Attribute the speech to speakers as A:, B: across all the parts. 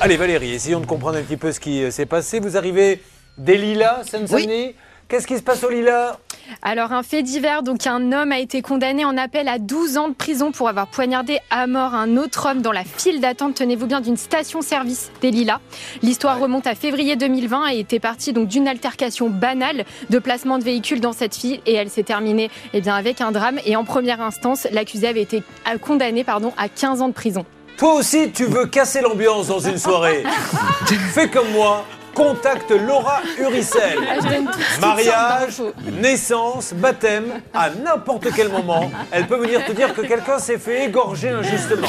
A: Allez Valérie, essayons de comprendre un petit peu ce qui euh, s'est passé. Vous arrivez des Lilas, Seine-Saint-Denis. Qu'est-ce qui se passe au Lilas
B: Alors, un fait divers. Donc, un homme a été condamné en appel à 12 ans de prison pour avoir poignardé à mort un autre homme dans la file d'attente, tenez-vous bien, d'une station-service des Lilas. L'histoire remonte à février 2020 et était partie donc d'une altercation banale de placement de véhicule dans cette file. Et elle s'est terminée eh bien, avec un drame. Et en première instance, l'accusé avait été euh, condamné pardon, à 15 ans de prison.
A: Toi aussi, tu veux casser l'ambiance dans une soirée. Fais comme moi. Contacte Laura Uricel.
B: Ah, je donne toutes sortes
A: Mariage,
B: d'infos.
A: naissance, baptême, à n'importe quel moment, elle peut venir te dire que quelqu'un s'est fait égorger injustement.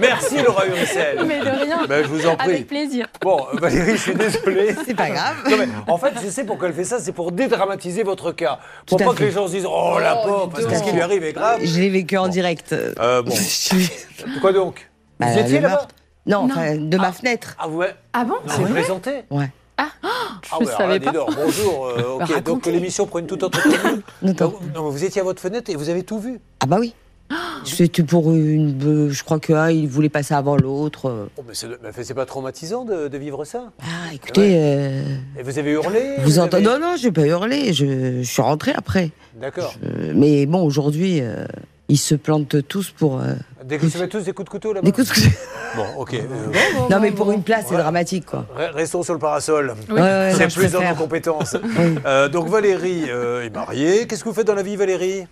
A: Merci Laura Uricel.
B: Ah. Mais de rien,
A: Ben, je vous en prie.
B: avec plaisir.
A: Bon, Valérie, je suis désolé.
C: C'est pas grave.
A: Non, mais en fait, je sais pourquoi elle fait ça, c'est pour dédramatiser votre cas. Pour
C: Tout à
A: pas que
C: fait.
A: les gens se disent Oh la pauvre, parce que ce qui lui arrive est grave.
C: Je l'ai vécu en direct.
A: Euh, bon. Quoi donc
C: Bah,
A: Vous étiez
C: le
A: là-bas
C: meurtre. Non,
B: Non.
C: enfin, de ma fenêtre.
A: Ah ouais
B: Ah bon
A: Non, C'est présenté
C: Ouais.
A: Ah
B: Je
A: ouais,
B: savais
A: alors là, dis
B: pas.
A: donc, bonjour. euh, ok,
C: Bah, racontez.
A: donc l'émission prend une toute autre tournure.
C: Non, non.
A: Donc, non, vous étiez à votre fenêtre et vous avez tout vu.
C: Ah bah oui. C'était pour une. euh, Je crois que ah, il voulait passer avant l'autre. euh.
A: Oh, mais c'est mais c'est pas traumatisant de, de vivre ça.
C: Ah, écoutez, euh,
A: Et vous avez hurlé
C: vous
A: avez-
C: entendez Non, non, j'ai pas hurlé. Je, je suis rentrée après.
A: D'accord.
C: Euh, mais bon, aujourd'hui, euh, ils se plantent tous pour euh,
A: Dès que vous avez tous des coups de couteau là-bas
C: des coups. de-
A: Bon, ok. euh,
C: non, mais pour une place, c'est
A: Ouais.
C: dramatique, quoi.
A: re- restons sur le parasol.
C: Ouais, ouais,
A: C'est
C: non, je
A: plus en
C: préfère.
A: compétence.
C: Oui.
A: donc Valérie euh, est mariée. Qu'est-ce que vous faites dans la vie, Valérie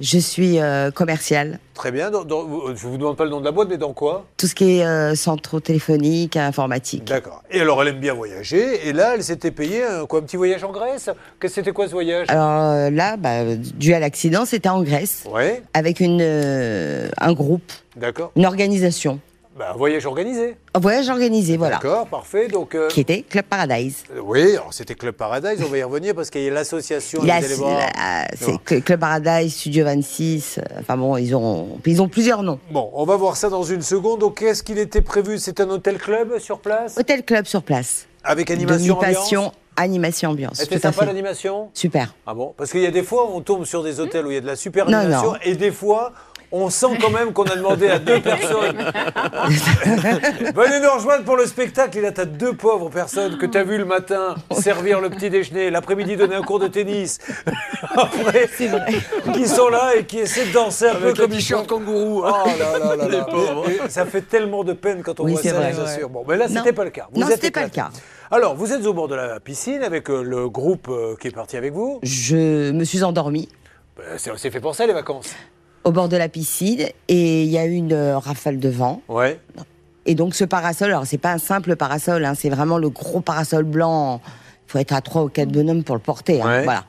C: Je suis euh, commerciale.
A: Très bien. Dans, dans- vous- je vous demande pas le nom de la boîte, mais dans quoi
C: Tout ce qui est euh, centre téléphonique, informatique.
A: D'accord. Et alors, elle aime bien voyager. Et là, elle s'était payée un, quoi, un petit voyage en Grèce. Qu'est-ce que c'était quoi ce voyage
C: Alors euh, là, bah, dû à l'accident, c'était en Grèce,
A: Ouais,
C: avec une, euh, un groupe,
A: d'accord.
C: une organisation.
A: Bah, un voyage organisé.
C: Un voyage organisé, voilà.
A: D'accord, parfait. Donc, euh,
C: Qui était Club Paradise.
A: euh, oui, alors c'était Club Paradise. On va y revenir parce qu'il y a l'association.
C: Il y a-
A: vous allez voir.
C: la- c'est
A: Non.
C: Cl- Club Paradise, Studio 26. euh, Enfin bon, ils ont, ils ont plusieurs noms.
A: Bon, on va voir ça dans une seconde. Donc, qu'est-ce qu'il était prévu C'est un hôtel club sur place
C: Hôtel Club sur place.
A: avec animation. ambiance
C: Demi-passion, animation, ambiance.
A: C'était
C: tout à
A: sympa
C: fait.
A: l'animation
C: Super.
A: Ah bon Parce qu'il y a des fois, on tombe sur des hôtels où il y a de la super
C: Non,
A: animation
C: non.
A: et des fois, on sent quand même qu'on a demandé à deux personnes. Venez nous rejoindre pour le spectacle. Et là, t'as deux pauvres personnes que t'as vu le matin servir le petit déjeuner, l'après-midi donner un cours de tennis. Après, qui sont là et qui essaient de danser un peu
D: Avec
A: comme
D: le
A: ils
D: t-shirt
A: chantent.
D: kangourou.
A: Oh là là là
D: Les
A: là.
D: pauvres.
A: Et Ça fait tellement de peine quand on
C: Oui,
A: voit
C: c'est
A: ça,
C: vrai,
A: je vous
C: ouais.
A: assure. Bon, mais là,
C: Non.
A: Ah, c'était pas le cas. Vous
C: Non,
A: êtes
C: c'était pas le
A: éclatés.
C: cas.
A: Alors, vous êtes au bord de la piscine avec euh, le groupe euh, qui est parti avec vous.
C: Je me suis endormie
A: Bah, C'est c'est fait pour ça les vacances.
C: au bord de la piscine et il y a eu une euh, rafale de vent.
A: Ouais.
C: Et donc ce parasol, alors c'est pas un simple parasol, hein, c'est vraiment le gros parasol blanc. Il faut être à trois ou quatre bonhommes pour le porter. hein,
A: Ouais.
C: Voilà.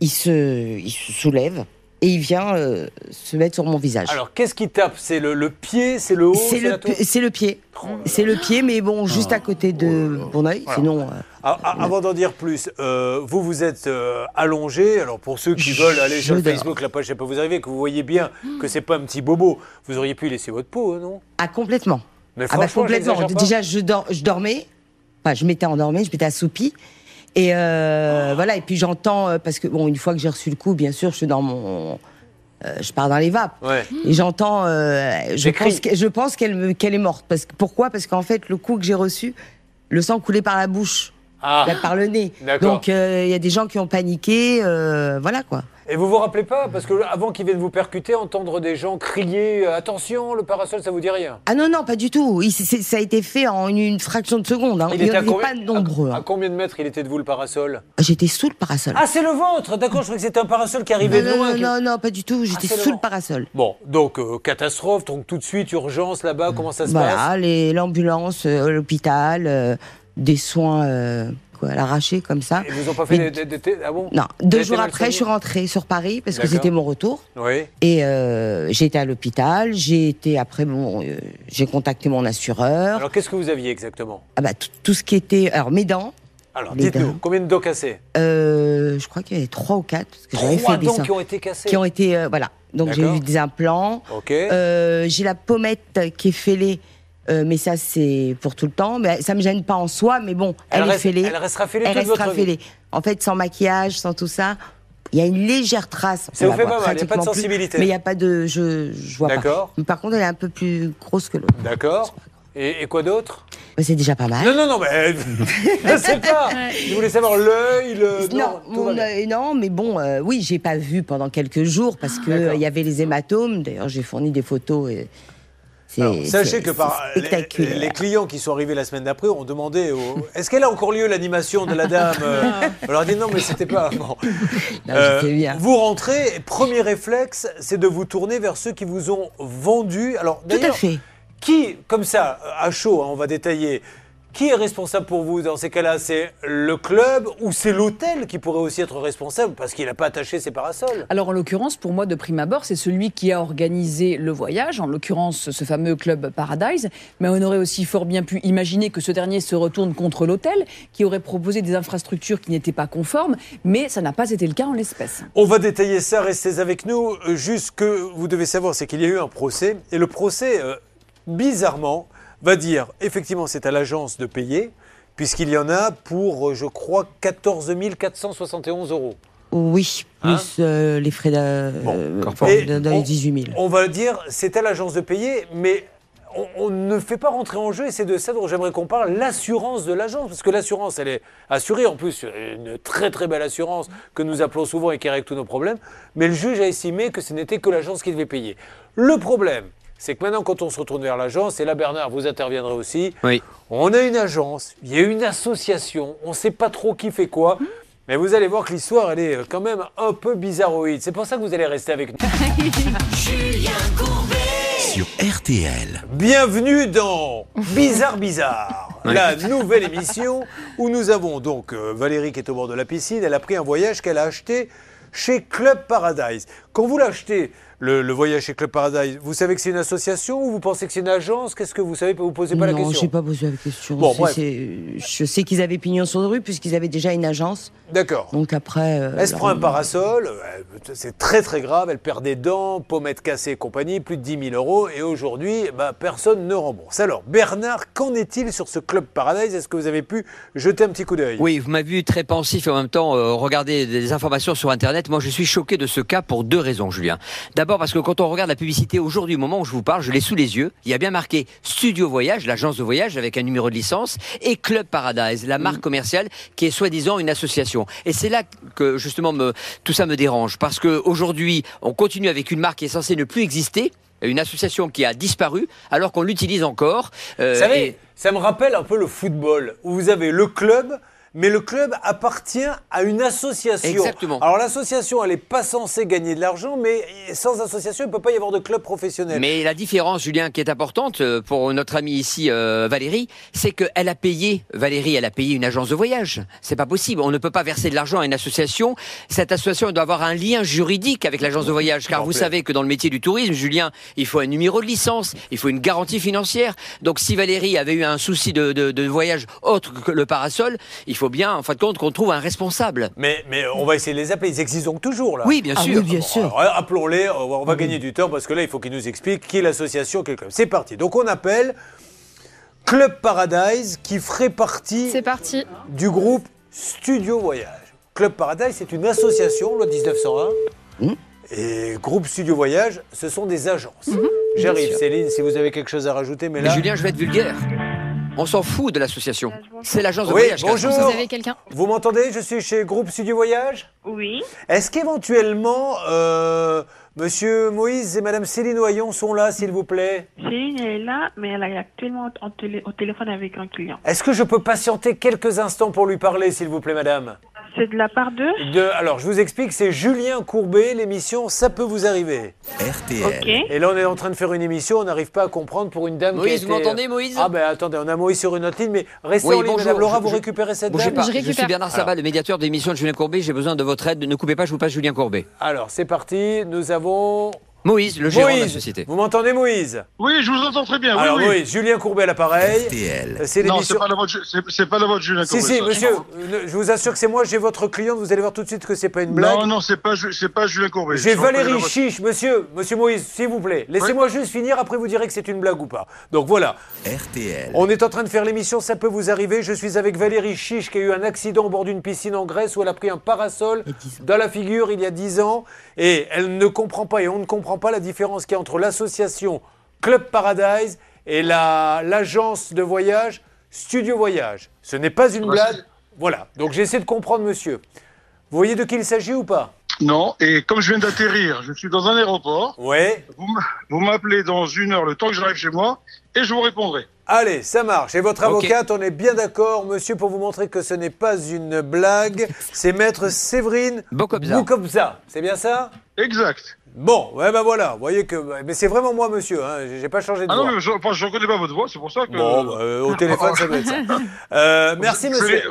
C: Il se, il se soulève et il vient euh, se mettre sur mon visage.
A: Alors qu'est-ce qui tape C'est le, le pied, c'est Oh le haut,
C: c'est
A: la
C: le,
A: tour-
C: pi- c'est le pied. C'est le pied, mais bon, juste à côté
A: Oh
C: de mon œil. Sinon, euh,
A: Ah, ah, Avant d'en dire plus, euh, vous vous êtes euh, allongé. Alors pour ceux qui veulent aller sur
C: Je dors.
A: Facebook, la page ça peut vous arriver, que vous voyez bien que c'est pas un petit bobo. Vous auriez pu y laisser votre peau, euh, non
C: ah complètement.
A: Mais
C: Ah bah
A: franchement,
C: complètement.
A: j'exagère pas.
C: Déjà, je, dors, je dormais. Enfin, je m'étais endormie, je m'étais assoupie. Et euh, voilà. Et puis j'entends euh, parce que bon, une fois que j'ai reçu le coup, bien sûr, je suis dans mon, euh, je pars dans les vapes.
A: Ouais.
C: Et j'entends, euh, je
A: Des cris.
C: pense, que- je pense qu'elle me- qu'elle est morte. Parce que, pourquoi Parce qu'en fait, le coup que j'ai reçu, le sang coulait par la bouche,
A: Ah.
C: là, par le nez.
A: D'accord.
C: Donc, euh, il y a des gens qui ont paniqué. euh, voilà quoi.
A: Et vous vous rappelez pas Parce que avant qu'ils viennent vous percuter, entendre des gens crier euh, attention, le parasol, ça vous dit rien
C: Ah non, non, pas du tout. Il- c'est- c'est- ça a été fait en une, fraction de seconde. Hein. Il n'y
A: était à
C: en avait
A: combien-
C: pas nombreux.
A: À, à
C: hein.
A: combien de mètres il était de vous le parasol
C: J'étais sous le parasol.
A: Ah, c'est le vôtre. D'accord, je croyais que c'était un parasol qui arrivait de
C: non,
A: loin.
C: non,
A: qui-
C: non, non, pas du tout. J'étais
A: c'est le
C: sous
A: vent.
C: le parasol.
A: Bon, donc euh, catastrophe, donc tout de suite urgence là-bas, comment ça se passe
C: Voilà, les- l'ambulance, euh, l'hôpital, euh, des soins euh, quoi, à l'arraché comme ça.
A: Ils vous ont pas fait
C: Mais-
A: des, des- des- Ah bon
C: Non,
A: Vous avez
C: deux
A: été
C: jours
A: mal
C: après, je suis
A: soigné
C: rentrée sur Paris parce que
A: D'accord.
C: c'était mon retour.
A: Oui.
C: Et euh, j'ai été à l'hôpital, j'ai été après bon, euh, j'ai contacté mon assureur.
A: Alors qu'est-ce que vous aviez exactement
C: ah bah, tout- tout ce qui était alors mes dents,
A: Alors
C: Les
A: dites-nous,
C: dents.
A: combien de dents cassées
C: euh, je crois qu'il y avait trois ou quatre parce que j'avais
A: Trois
C: fait des
A: dents
C: seins-
A: qui ont été cassées.
C: qui ont été euh, voilà. Donc j'ai
A: D'accord.
C: eu des implants.
A: Ok.
C: Euh, j'ai la pommette qui est fêlée, euh, mais ça c'est pour tout le temps. Mais ça me gêne pas en soi, mais bon, elle,
A: reste-
C: est fêlée.
A: elle restera fêlée
C: Elle
A: toute
C: restera
A: votre vie.
C: fêlée. En fait, sans maquillage, sans tout ça, il y a une légère trace.
A: Ça vous
C: On la
A: fait
C: voit
A: pas mal, il y a pas de
C: pratiquement plus,
A: sensibilité.
C: mais il n'y a pas de, je, je vois pas.
A: D'accord.
C: Mais par contre, elle est un peu plus grosse que l'autre.
A: D'accord. Et, et quoi d'autre
C: Bah, C'est déjà pas mal.
A: Non, non, non, mais. je sais pas. Je voulais savoir l'œil, le.
C: Non,
A: tout va
C: mon-
A: bien.
C: euh, non, mais bon, euh, oui, j'ai pas vu pendant quelques jours parce
A: Ah,
C: que
A: D'accord.
C: euh, il y avait les hématomes. D'ailleurs, j'ai fourni des photos. et c'est-
A: Alors,
C: c'est-
A: sachez que par
C: c'est
A: les,
C: spectaculaire.
A: les clients qui sont arrivés la semaine d'après ont demandé au- est-ce qu'elle a encore lieu l'animation de la dame Euh, On leur a dit non mais c'était pas avant.
C: Non, je sais bien.
A: euh, vous rentrez et premier réflexe c'est de vous tourner vers ceux qui vous ont vendu. Alors
C: Tout à
A: d'ailleurs
C: fait.
A: qui comme ça à chaud hein, on va détailler qui est responsable pour vous dans ces cas-là C'est le club ou c'est l'hôtel qui pourrait aussi être responsable parce qu'il n'a pas attaché ses parasols
D: Alors en l'occurrence, pour moi, de prime abord, c'est celui qui a organisé le voyage, en l'occurrence ce fameux club Paradise. Mais on aurait aussi fort bien pu imaginer que ce dernier se retourne contre l'hôtel, qui aurait proposé des infrastructures qui n'étaient pas conformes, mais ça n'a pas été le cas en l'espèce.
A: On va détailler ça, restez avec nous. Euh, Juste que vous devez savoir, c'est qu'il y a eu un procès. Et le procès, euh, bizarrement, va dire, effectivement, c'est à l'agence de payer, puisqu'il y en a pour, euh, je crois, 14 471 euros.
C: Oui, plus
A: Hein
C: euh, les frais de,
A: Bon,
C: euh,
A: corporate.
C: de- de- de-
A: Et on-
C: 18 000.
A: On va dire, c'est à l'agence de payer, mais on, on ne fait pas rentrer en jeu, et c'est de ça dont j'aimerais qu'on parle, l'assurance de l'agence, parce que l'assurance, elle est assurée, en plus, une très très belle assurance que nous appelons souvent et qui règle tous nos problèmes, mais le juge a estimé que ce n'était que l'agence qui devait payer. Le problème, c'est que maintenant, quand on se retourne vers l'agence, et là, Bernard, vous interviendrez aussi,
E: Oui.
A: on a une agence, il y a une association, on ne sait pas trop qui fait quoi. Mais vous allez voir que l'histoire, elle est euh, quand même un peu bizarroïde. C'est pour ça que vous allez rester avec nous.
F: Sur RTL.
A: Bienvenue dans Bizarre Bizarre, la nouvelle émission où nous avons donc euh, Valérie qui est au bord de la piscine. Elle a pris un voyage qu'elle a acheté chez Club Paradise. Quand vous l'achetez, le, le voyage chez Club Paradise, vous savez que c'est une association ou vous pensez que c'est une agence Qu'est-ce que vous savez Vous posez pas la
C: non, je n'ai
A: question.
C: pas posé la question.
A: Bon,
C: C'est-
A: bref.
C: c'est- je sais qu'ils avaient pignon sur rue puisqu'ils avaient déjà une agence.
A: D'accord.
C: Donc après. euh,
A: Elle se
C: leur-
A: prend un parasol, euh, c'est très très grave, elle perd des dents, pommettes cassées et compagnie, plus de 10 000 euros, et aujourd'hui, bah, personne ne rembourse. Alors, Bernard, qu'en est-il sur ce Club Paradise Est-ce que vous avez pu jeter un petit coup d'œil
E: Oui, vous m'avez vu très pensif et en même temps euh, regarder des informations sur Internet. Moi, je suis choqué de ce cas pour deux raisons, Julien. D'abord parce que quand on regarde la publicité aujourd'hui, au moment où je vous parle, je l'ai sous les yeux. Il y a bien marqué Studio Voyage, l'agence de voyage avec un numéro de licence, et Club Paradise, la
A: Mm.
E: marque commerciale qui est soi-disant une association. Et c'est là que justement me- tout ça me dérange parce que aujourd'hui, on continue avec une marque qui est censée ne plus exister. Une association qui a disparu alors qu'on l'utilise encore. Euh,
A: Vous savez,
E: et-
A: ça me rappelle un peu le football, où vous avez le club, mais le club appartient à une association.
E: Exactement.
A: Alors l'association, elle n'est pas censée gagner de l'argent, mais sans association, il ne peut pas y avoir de club professionnel.
E: Mais la différence, Julien, qui est importante euh, pour notre amie ici, euh, Valérie, c'est qu'elle a payé, Valérie, elle a payé une agence de voyage. C'est pas possible. On ne peut pas verser de l'argent à une association. Cette association elle doit avoir un lien juridique avec l'agence de voyage, car vous
A: plaît.
E: savez que dans le métier du tourisme, Julien, il faut un numéro de licence, il faut une garantie financière. Donc si Valérie avait eu un souci de, de- de voyage autre que le parasol, il faut bien, en fin de compte, qu'on trouve un responsable.
A: Mais, mais on va essayer de les appeler, ils existent donc toujours là.
E: Oui, bien
C: Ah
E: sûr.
C: oui, bien sûr. Mm.
A: Alors, alors, Appelons-les, on va, on va gagner du temps parce que là, il faut qu'ils nous expliquent qui est l'association, quel club. C'est parti. Donc on appelle Club Paradise qui ferait partie
B: C'est parti.
A: du groupe Studio Voyage. Club Paradise, c'est une association, loi 1901.
E: Mm.
A: Et groupe Studio Voyage, ce sont des agences.
C: Mm-hmm.
A: J'arrive, Céline, si vous avez quelque chose à rajouter, mais
E: Mais
A: là.
E: Julien, je vais être vulgaire. On s'en fout de l'association. C'est l'agence de
A: Oui,
E: voyage. qui a
A: bonjour.
E: responsable.
B: Vous avez quelqu'un
A: Vous m'entendez Je suis chez groupe Studio Voyage.
G: Oui.
A: Est-ce qu'éventuellement, euh, monsieur Moïse et madame Céline Oyon sont là, s'il vous plaît
G: Céline elle est là, mais elle est actuellement en télé- au téléphone avec un client.
A: Est-ce que je peux patienter quelques instants pour lui parler, s'il vous plaît, madame
G: C'est de la part de
A: De- Alors, je vous explique, c'est Julien Courbet, l'émission Ça peut vous arriver.
F: RTL.
G: Ok.
A: Et là, on est en train de faire une émission, on n'arrive pas à comprendre pour une dame qui a
E: Moïse,
A: été-
E: vous m'entendez, Moïse
A: Ah ben attendez, on a Moïse sur une autre ligne, mais restez
E: Oui,
A: en ligne,
E: bonjour,
A: madame Laura,
E: je-
A: vous
E: je-
A: récupérez cette
E: Bougez
A: dame
E: pas,
B: Je
E: je, suis
B: récupère.
E: Bernard Sabat, le médiateur de l'émission de Julien Courbet. J'ai besoin de votre aide. Ne coupez pas, je vous passe Julien Courbet.
A: Alors, c'est parti, nous avons...
E: Moïse, le gérant de la
A: Moïse,
E: société.
A: vous m'entendez Moïse
H: Oui, je vous entends très bien. Ah oui,
A: Alors
H: oui,
A: Moïse, Julien Courbet à l'appareil,
F: RTL.
A: c'est
H: Non, c'est
A: l'émission...
H: pas la vôtre, c'est- c'est pas la vôtre, Julien.
A: Si,
H: Courbet,
A: si,
H: ça.
A: monsieur, ne- je vous assure que c'est moi, j'ai votre cliente, vous allez voir tout de suite que c'est pas une blague.
H: Non, non, c'est pas, Ju- c'est pas Julien Courbet.
A: J'ai
H: Je vous reconnais la
A: Valérie
H: vôtre.
A: Chiche, monsieur, monsieur Moïse, s'il vous plaît. Laissez-moi juste finir, après vous direz que c'est une blague ou pas. Donc voilà,
F: RTL.
A: On est en train de faire l'émission, ça peut vous arriver. Je suis avec Valérie Chiche qui a eu un accident au bord d'une piscine en Grèce où elle a pris un parasol
C: Et dix ans.
A: dans la figure il y a 10 ans et elle ne comprend pas et on ne comprend pas la différence qu'il y a entre l'association Club Paradise et la- l'agence de voyage Studio Voyage. Ce n'est pas une
H: Ouais,
A: blague.
H: c'est-
A: Voilà. Donc j'essaie de comprendre, monsieur. Vous voyez de qui il s'agit ou pas
H: Non, et comme je viens d'atterrir, je suis dans un aéroport.
A: Ouais.
H: Vous m- Vous m'appelez dans une heure, le temps que j'arrive chez moi, et je vous répondrai.
A: Allez, ça marche. Et votre
E: Ok.
A: avocate, on est bien d'accord, monsieur, pour vous montrer que ce n'est pas une blague. C'est maître Séverine
E: Bocobza.
A: Boukobza. C'est bien ça
H: Exact.
A: Bon, ouais, ben voilà. Vous voyez que. Mais c'est vraiment moi, monsieur. Hein. J'ai j'ai pas changé de
H: Ah non,
A: voix.
H: mais je enfin, je reconnais pas votre voix, c'est pour ça que. Ah,
A: Bon,
H: oh.
A: bah, euh, au téléphone, ça doit être ça. Euh, merci,
H: Je- je
A: monsieur.
H: l'ai-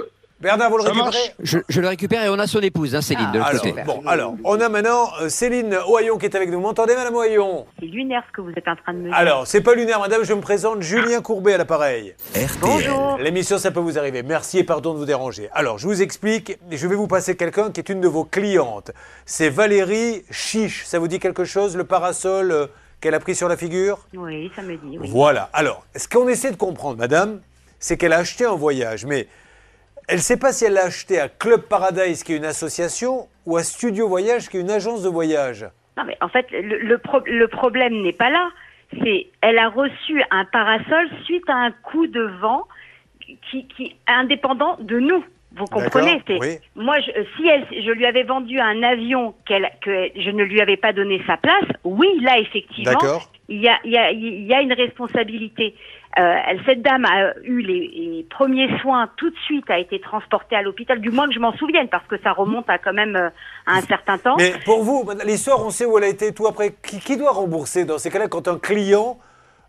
A: Bernard, vous le
H: Ça
A: récupérez
E: Je, je le récupère et on a son épouse, hein, Céline, de l'autre
A: alors,
E: côté.
A: bon, alors, on a maintenant euh, Céline Oyon qui est avec nous. Vous m'entendez, madame Oyon
I: C'est lunaire ce que vous êtes en train de me dire.
A: Alors, c'est pas lunaire, madame, je me présente Julien Courbet à l'appareil.
F: RTL.
I: Bonjour.
A: L'émission, ça peut vous arriver. Merci et pardon de vous déranger. Alors, je vous explique, je vais vous passer quelqu'un qui est une de vos clientes. C'est Valérie Chiche. Ça vous dit quelque chose, le parasol euh, qu'elle a pris sur la figure
I: Oui, ça me dit. Oui.
A: Voilà. Alors, ce qu'on essaie de comprendre, madame, c'est qu'elle a acheté un voyage, mais elle ne sait pas si elle l'a acheté à Club Paradise, qui est une association, ou à Studio Voyage, qui est une agence de voyage.
I: Non, mais en fait, le, le pro- le problème n'est pas là. C'est elle a reçu un parasol suite à un coup de vent qui, qui est indépendant de nous. Vous comprenez
A: D'accord,
I: C'est-
A: oui.
I: Moi, je, si elle, je lui avais vendu un avion qu'elle, que je ne lui avais pas donné sa place, oui, là, effectivement,
A: D'accord.
I: il y a, il y a- il y a une responsabilité. Euh, elle- cette dame a eu les, les premiers soins tout de suite, a été transportée à l'hôpital, du moins que je m'en souvienne, parce que ça remonte à quand même euh, à un certain temps.
A: Mais pour vous, madame, l'histoire, on sait où elle a été, et tout après. Qui, qui doit rembourser dans ces cas-là quand un client,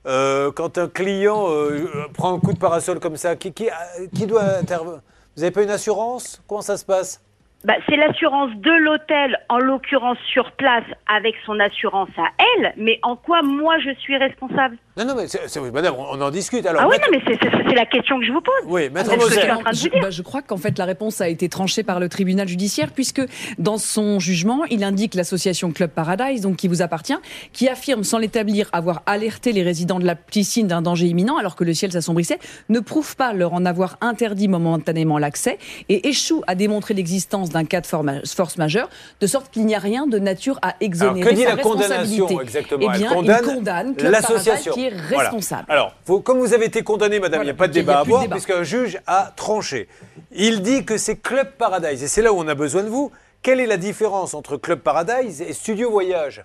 A: euh, quand un client euh, prend un coup de parasol comme ça Qui, qui, euh, qui doit intervenir Vous n'avez pas une assurance Comment ça se passe
I: Bah, c'est l'assurance de l'hôtel, en l'occurrence sur place, avec son assurance à elle, mais en quoi moi je suis responsable
A: Non, non, mais c'est- c'est- oui, madame, on, on en discute. Alors,
I: Ah oui,
A: maître-
I: non, mais c'est- c'est c'est la question que je vous pose.
A: oui, maître
I: Ah, mais je
A: Moser.
I: suis en train de vous
D: Je,
I: dire.
D: bah, je crois qu'en fait la réponse a été tranchée par le tribunal judiciaire puisque dans son jugement, il indique l'association Club Paradise, donc qui vous appartient, qui affirme sans l'établir avoir alerté les résidents de la piscine d'un danger imminent alors que le ciel s'assombrissait, ne prouve pas leur en avoir interdit momentanément l'accès et échoue à démontrer l'existence d'un cas de forma- force majeure, de sorte qu'il n'y a rien de nature à exonérer
A: Alors, que dit
D: sa
A: la condamnation,
D: responsabilité.
A: exactement
D: Eh
A: Elle
D: bien,
A: condamne
D: il condamne Club Paradise
A: l'association.
D: qui est
A: Voilà.
D: responsable.
A: Alors, faut- comme vous avez été condamné, madame, il
D: Voilà,
A: n'y a pas de
D: ok, il y a
A: débat à
D: plus de
A: avoir,
D: débat.
A: puisqu'un juge a tranché. Il dit que c'est Club Paradise, et c'est là où on a besoin de vous. Quelle est la différence entre Club Paradise et Studio Voyage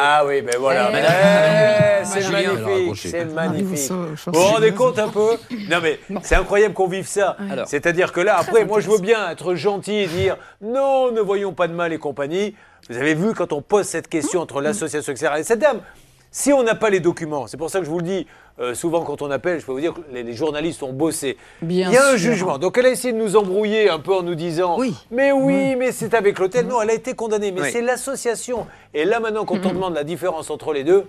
A: ah oui, ben voilà.
D: Eh,
A: Ben,
D: eh,
A: eh, c'est
E: Julien, elle a
A: magnifique,
E: raccroché.
A: c'est magnifique. Vous vous rendez compte un peu Non mais c'est incroyable qu'on vive ça.
E: Alors.
A: C'est-à-dire que là, après, moi je veux bien être gentil et dire non, ne voyons pas de mal et compagnie. Vous avez vu quand on pose cette question entre l'association etc. et cette dame. Si on n'a pas les documents, c'est pour ça que je vous le dis euh, souvent quand on appelle, je peux vous dire que les, les journalistes ont bossé.
D: Bien
A: Il y a un
D: sûr.
A: jugement. Donc elle a essayé de nous embrouiller un peu en nous disant
C: Oui.
A: Mais oui, mais c'est avec l'hôtel. Non, elle a été condamnée, mais
E: Oui.
A: c'est l'association. Et là maintenant, quand on demande la différence entre les deux,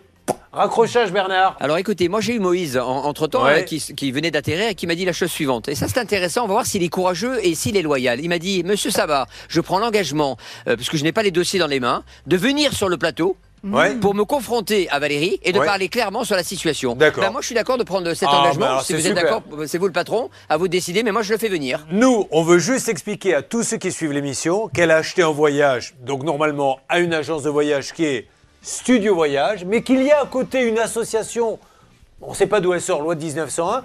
A: raccrochage Bernard.
E: Alors écoutez, moi j'ai eu Moïse en- entre-temps
A: Ouais.
E: hein, qui, s- qui venait d'atterrir et qui m'a dit la chose suivante. Et ça c'est intéressant, on va voir s'il est courageux et s'il est loyal. Il m'a dit, Monsieur Sabat, je prends l'engagement, euh, parce que je n'ai pas les dossiers dans les mains, de venir sur le plateau.
A: Mmh. Ouais.
E: Pour me confronter à Valérie et de
A: Ouais.
E: parler clairement sur la situation.
A: D'accord.
E: Ben, moi, je suis d'accord de prendre cet
A: Ah,
E: engagement.
A: bah alors,
E: si
A: c'est
E: vous êtes
A: super.
E: d'accord, c'est vous le patron, à vous de décider, mais moi, je le fais venir.
A: Nous, on veut juste expliquer à tous ceux qui suivent l'émission qu'elle a acheté un voyage, donc normalement à une agence de voyage qui est Studio Voyage, mais qu'il y a à côté une association, on ne sait pas d'où elle sort, loi de 1901.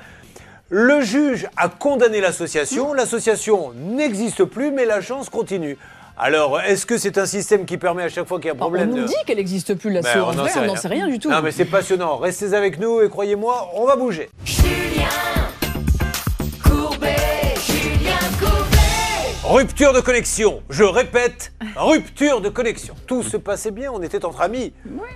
A: Le juge a condamné l'association, l'association n'existe plus, mais l'agence continue. Alors, est-ce que c'est un système qui permet à chaque fois qu'il y a un
D: Alors,
A: problème
D: on nous
A: de...
D: dit qu'elle n'existe plus, la
A: Ben,
D: sœur. En
A: on n'en
D: vrai,
A: sait
D: on n'en
A: rien.
D: sait rien du tout.
A: Non, mais c'est passionnant. Restez avec nous et croyez-moi, on va bouger. Rupture de connexion. Je répète, rupture de connexion. Tout se passait bien, on était entre amis.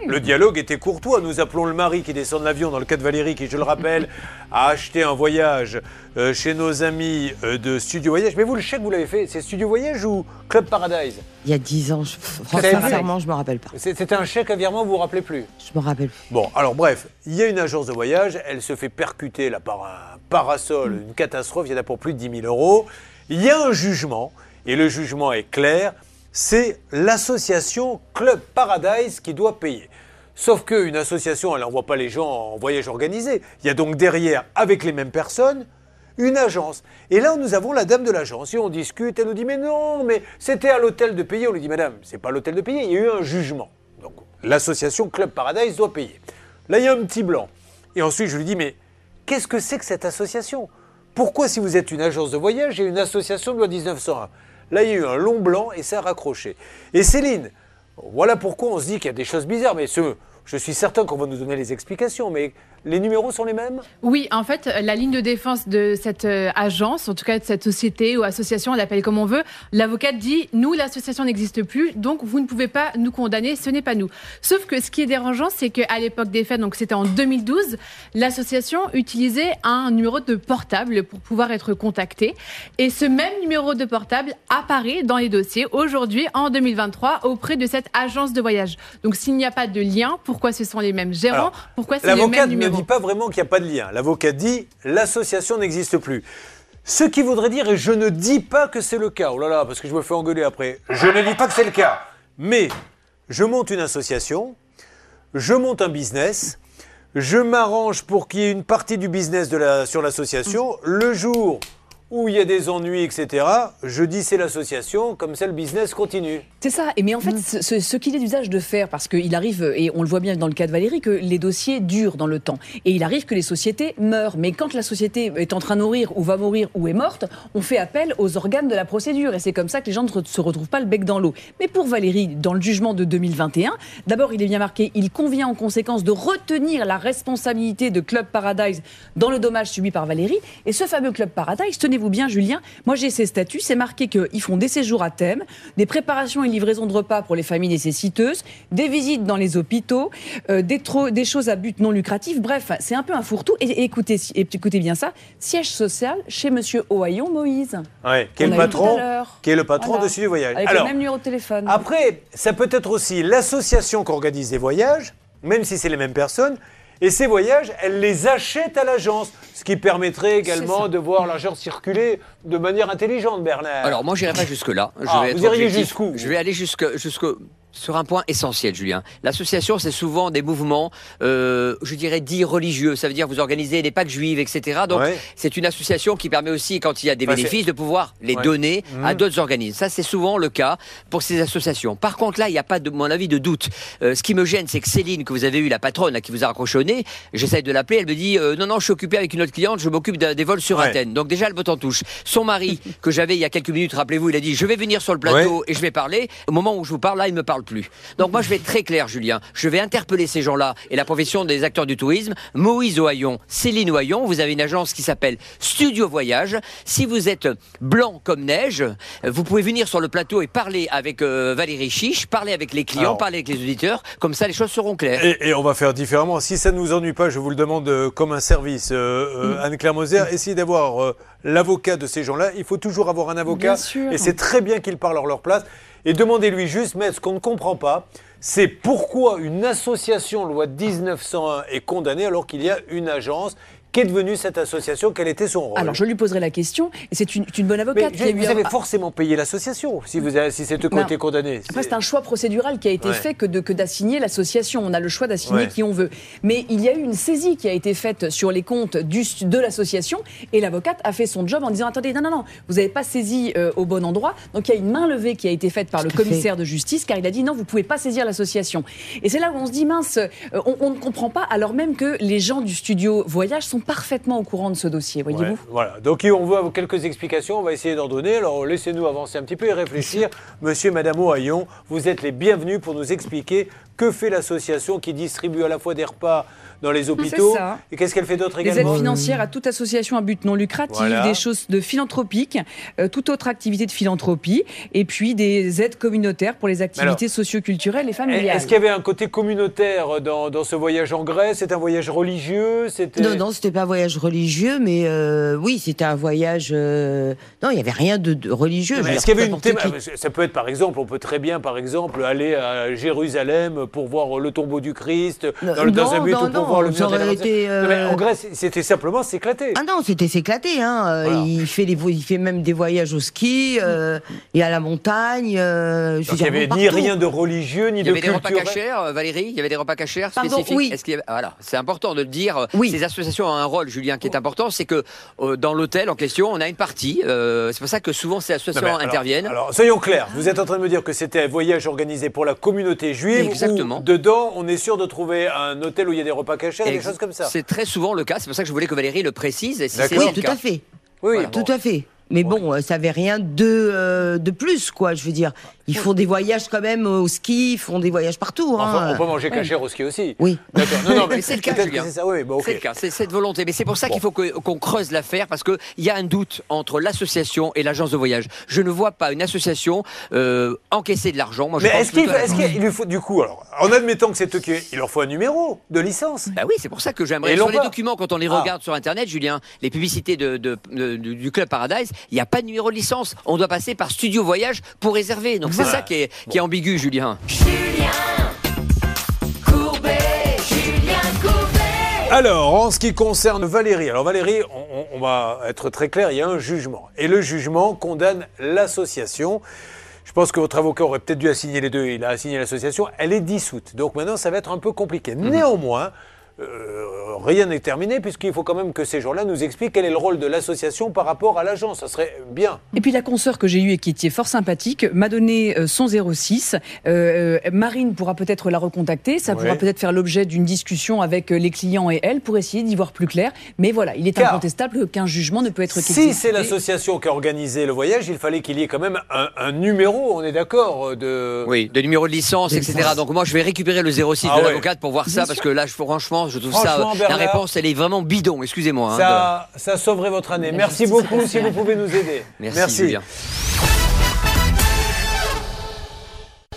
A: Le dialogue était courtois. Nous appelons le mari qui descend de l'avion, dans le cas de Valérie, qui, je le rappelle, a acheté un voyage euh, chez nos amis euh, de Studio Voyage. Mais vous, le chèque, vous l'avez fait. C'est Studio Voyage ou Club Paradise
C: Il y a 10 ans, je, pff,
A: avez vu
C: sincèrement, je me rappelle pas.
A: C'est- C'était un chèque à virement, vous vous rappelez plus
C: Je me rappelle plus.
A: Bon, alors bref, il y a une agence de voyage, elle se fait percuter là par un parasol, une catastrophe, il y en a pour plus de 10 000 euros. Il y a un jugement, et le jugement est clair, c'est l'association Club Paradise qui doit payer. Sauf qu'une association, elle n'envoie pas les gens en voyage organisé. Il y a donc derrière, avec les mêmes personnes, une agence. Et là, nous avons la dame de l'agence et on discute. Elle nous dit Mais non, mais c'était à l'hôtel de payer. On lui dit Madame, c'est pas l'hôtel de payer, il y a eu un jugement. Donc l'association Club Paradise doit payer. Là, il y a un petit blanc. Et ensuite, je lui dis, mais qu'est-ce que c'est que cette association Pourquoi, si vous êtes une agence de voyage, il y a une association de loi 1901 Là, il y a eu un long blanc et ça a raccroché. Et Céline, voilà pourquoi on se dit qu'il y a des choses bizarres, mais ce, je suis certain qu'on va nous donner les explications, mais les numéros sont les mêmes
J: Oui, en fait, la ligne de défense de cette euh, agence, en tout cas de cette société ou association, on l'appelle comme on veut, l'avocat dit nous, l'association n'existe plus, donc vous ne pouvez pas nous condamner, ce n'est pas nous. Sauf que ce qui est dérangeant, c'est qu'à l'époque des faits, donc c'était en 2012, l'association utilisait un numéro de portable pour pouvoir être contactée. Et ce même numéro de portable apparaît dans les dossiers aujourd'hui, en 2023, auprès de cette agence de voyage. Donc s'il n'y a pas de lien, pourquoi ce sont les mêmes gérants
A: Alors,
J: Pourquoi c'est les
A: L'avocat
J: mêmes
A: ne
J: numéros
A: dit pas vraiment qu'il n'y a pas de lien. L'avocat dit l'association n'existe plus. Ce qui voudrait dire, et je ne dis pas que c'est le cas, oh là là, parce que je me fais engueuler après, je ne dis pas que c'est le cas, mais je monte une association, je monte un business, je m'arrange pour qu'il y ait une partie du business de la- sur l'association, le jour où il y a des ennuis, etc., je dis c'est l'association, comme ça le business continue.
D: C'est ça. Et mais en fait, ce, ce- ce qu'il est d'usage de faire, parce qu'il arrive, et on le voit bien dans le cas de Valérie, que les dossiers durent dans le temps. Et il arrive que les sociétés meurent. Mais quand la société est en train de mourir, ou va mourir, ou est morte, on fait appel aux organes de la procédure. Et c'est comme ça que les gens ne se- se retrouvent pas le bec dans l'eau. Mais pour Valérie, dans le jugement de 2021, d'abord, il est bien marqué, il convient en conséquence de retenir la responsabilité de Club Paradise dans le dommage subi par Valérie. Et ce fameux Club Paradise, tenez-vous bien, Julien, moi j'ai ces statuts, c'est marqué qu'ils font des séjours à thème, des préparations et livraisons de repas pour les familles nécessiteuses, des visites dans les hôpitaux, euh, des, tro- des choses à but non lucratif. Bref, c'est un peu un fourre-tout. Et, et écoutez, si- et écoutez bien ça siège social chez Monsieur Ohayon Moïse.
A: Ouais, qui est
D: On
A: le
D: l'a vu tout
A: patron,
D: à l'heure.
A: qui est le patron
D: Voilà.
A: de Sud du Voyage.
D: Avec
A: Alors, Ah, oh
D: le même numéro de téléphone.
A: Après, ça peut être aussi l'association qui organise des voyages, même si c'est les mêmes personnes, et ces voyages, elle les achète à l'agence, ce qui permettrait également de voir l'argent circuler de manière intelligente, Bernard.
E: Alors moi, j'irai pas jusque là. Je
A: Ah,
E: vais
A: vous
E: être
A: iriez
E: objectif.
A: jusqu'où
E: Je vais aller jusque jusque sur un point essentiel, Julien. L'association, c'est souvent des mouvements, euh, je dirais, dits religieux. Ça veut dire vous organisez les Pâques juives, etc. Donc
A: Ouais.
E: c'est une association qui permet aussi, quand il y a des
A: Enfin,
E: bénéfices, de pouvoir les
A: Ouais.
E: donner à
A: Mhm.
E: d'autres organismes. Ça, c'est souvent le cas pour ces associations. Par contre, là, il n'y a pas, de mon avis, de doute. Euh, ce qui me gêne, c'est que Céline, que vous avez eu la patronne, là, qui vous a raccroché au nez, j'essaye de l'appeler, elle me dit euh, non, non, je suis occupée avec une autre cliente, je m'occupe d'un- des vols sur
A: Ouais.
E: Athènes. Donc déjà, elle me en touche. Son mari, que j'avais il y a quelques minutes, rappelez-vous, il a dit je vais venir sur le plateau et je vais parler. Au moment où je vous parle, là, il ne me parle plus. Donc moi, je vais être très clair, Julien. Je vais interpeller ces gens-là et la profession des acteurs du tourisme. Moïse Ohaillon, Céline Ohaillon, vous avez une agence qui s'appelle Studio Voyage. Si vous êtes blanc comme neige, euh, vous pouvez venir sur le plateau et parler avec euh, Valérie Chiche, parler avec les clients,
A: Alors-
E: parler avec les auditeurs. Comme ça, les choses seront claires.
A: Et, et on va faire différemment. Si ça ne vous ennuie pas, je vous le demande euh, comme un service. euh, euh, Anne-Claire Moser,
D: Mm.
A: essayez d'avoir euh, l'avocat de ces gens-là. Il faut toujours avoir un avocat.
D: Bien sûr.
A: Et c'est très bien qu'ils parlent en leur place. Et demandez-lui juste, mais ce qu'on ne comprend pas, c'est pourquoi une association loi 1901 est condamnée alors qu'il y a une agence. Qu'est devenue cette association Quel était son rôle
D: Alors je lui poserai la question, et c'est une, une bonne
A: Mais
D: avocate qui a
A: juste,
D: eu
A: vous
D: à-
A: avez forcément payé l'association si, vous avez- si c'est eux qui ont
D: Non.
A: été condamnés.
D: Après, c'est un choix procédural qui a été
A: Ouais.
D: fait que de- que d'assigner l'association. On a le choix d'assigner
A: Ouais.
D: qui on veut. Mais il y a eu une saisie qui a été faite sur les comptes du, de l'association et l'avocate a fait son job en disant attendez, non, non, non, vous n'avez pas saisi euh, au bon endroit. Donc il y a une main levée qui a été faite par le
C: à fait.
D: commissaire de justice car il a dit non, vous ne pouvez pas saisir l'association. Et c'est là où on se dit mince, euh, on, on ne comprend pas alors même que les gens du studio Voyage sont parfaitement au courant de ce dossier, voyez-vous.
A: Ouais, voilà. Donc on veut quelques explications, on va essayer d'en donner. Alors laissez-nous avancer un petit peu et réfléchir. Monsieur et Madame Ohaillon, vous êtes les bienvenus pour nous expliquer que fait l'association qui distribue à la fois des repas dans les hôpitaux
D: C'est ça.
A: et qu'est-ce qu'elle fait d'autre
D: Des aides
A: également
D: financières à toute association à but non lucratif,
A: Voilà.
D: des choses de philanthropique, euh, toute autre activité de philanthropie, et puis des aides communautaires pour les activités socio-culturelles et familiales.
A: Eh, Est-ce qu'il y avait un côté communautaire dans, dans ce voyage en Grèce C'est un voyage religieux C'était
C: Non, non, c'était pas un voyage religieux, mais euh, oui, c'était un voyage. euh, Non, il n'y avait rien de, de religieux. je veux
A: Mais
C: dire,
A: Est-ce qu'il y avait une
C: n'importe qui.
A: théma- Ça peut être par exemple, on peut très bien par exemple aller à Jérusalem pour voir euh, le tombeau du Christ,
C: Non,
A: dans, le- dans un
C: Euh, non,
A: but
C: non,
A: ou pour
C: non,
A: voir le
C: ça
A: mur des
C: aurait
A: Laurentides.
C: été, euh,
A: Non, mais En Grèce, c'était simplement s'éclater.
C: Ah non, c'était s'éclater. Hein. euh,
A: Voilà.
C: Il, fait les, vo- il fait même des voyages au ski euh, et à la montagne. euh, je veux
A: Donc, il n'y
C: dire,
A: avait
C: bon,
A: ni
C: partout.
A: rien de religieux, ni
E: Il y avait
A: de
E: des repas
A: culturel.
E: cachers, euh, Valérie Il y avait des repas cachers
C: Pardon,
E: spécifiques
C: oui.
E: Est-ce qu'il y avait- Voilà, c'est important de le dire.
C: Oui.
E: Ces associations ont un rôle, Julien, qui est important, c'est que euh, dans l'hôtel en question, on a une partie. euh, c'est pour ça que souvent ces
A: Non,
E: associations
A: mais alors-
E: interviennent.
A: Alors, soyons clairs, vous êtes en train de me dire que c'était un voyage organisé pour la communauté juive
E: Exactement.
A: où dedans, on est sûr de trouver un hôtel où il y a des repas cachés, des
E: Ex-
A: choses comme ça.
E: C'est très souvent le cas. C'est pour ça que je voulais que Valérie le précise. Et si c'est
A: D'accord.
E: le
C: Oui, tout
E: cas.
C: à fait.
A: Oui,
E: Voilà,
C: Tout à fait. Mais bon, euh, ça avait rien de, euh, de plus, quoi, je veux dire. Ils font des voyages quand même euh, au ski, ils font des voyages partout. hein.
A: Enfin, on peut manger cachère au ski aussi.
C: Oui.
A: D'accord. Non, non,
E: Mais c'est le cas,
A: peut-être
E: Julien.
A: que C'est ça, oui, bah, ok.
E: C'est le cas, c'est cette volonté. Mais c'est pour ça qu'il faut que- qu'on creuse l'affaire parce qu'il y a un doute entre l'association et l'agence de voyage. Je ne vois pas une association euh, encaisser de l'argent. Moi, Oh, je
A: Mais
E: pense
A: est-ce qu'il
E: plutôt à
A: est-ce
E: l'agence.
A: qu'il lui faut, du coup, alors, en admettant que c'est OK, il leur faut un numéro de licence
E: Bah oui, c'est pour ça que j'aimerais.
A: Et
E: Sur
A: l'on
E: les
A: voit.
E: documents, quand on les
A: Ah.
E: regarde sur Internet, Julien, les publicités de, de- de- du du Club Paradise, il n'y a pas de numéro de licence. On doit passer par Studio Voyage pour réserver. Donc c'est ça qui est, qui est ambigu, Julien.
A: Alors, en ce qui concerne Valérie, alors Valérie, on, on- on va être très clair, il y a un jugement. Et le jugement condamne l'association. Je pense que votre avocat aurait peut-être dû assigner les deux. Il a assigné l'association. Elle est dissoute. Donc maintenant, ça va être un peu compliqué.
E: Mhm.
A: Néanmoins, euh, rien n'est terminé puisqu'il faut quand même que ces gens-là nous expliquent quel est le rôle de l'association par rapport à l'agence. Ça serait bien.
D: Et puis la consoeur que j'ai eue et qui était fort sympathique m'a donné euh, son 06. Euh, euh, Marine pourra peut-être la recontacter. Ça
A: Ouais.
D: pourra peut-être faire l'objet d'une discussion avec euh, les clients et elle pour essayer d'y voir plus clair. Mais voilà, il est
A: Car-
D: incontestable qu'un jugement ne peut être
A: Si
D: qu'exécuté.
A: c'est l'association qui a organisé le voyage, il fallait qu'il y ait quand même un, un numéro, on est d'accord, euh, de...
E: Oui, de numéro de licence, etc. Donc moi, je vais récupérer le 06
A: Ah
E: de
A: ouais.
E: l'avocate pour voir ça, parce que là, je- franchement, je trouve
A: Franchement,
E: ça. La
A: Bernard.
E: réponse, elle est vraiment bidon, excusez-moi. hein, de-
A: Ça, ça sauverait votre année. Merci beaucoup si vous pouvez nous aider.
E: Merci, Julien.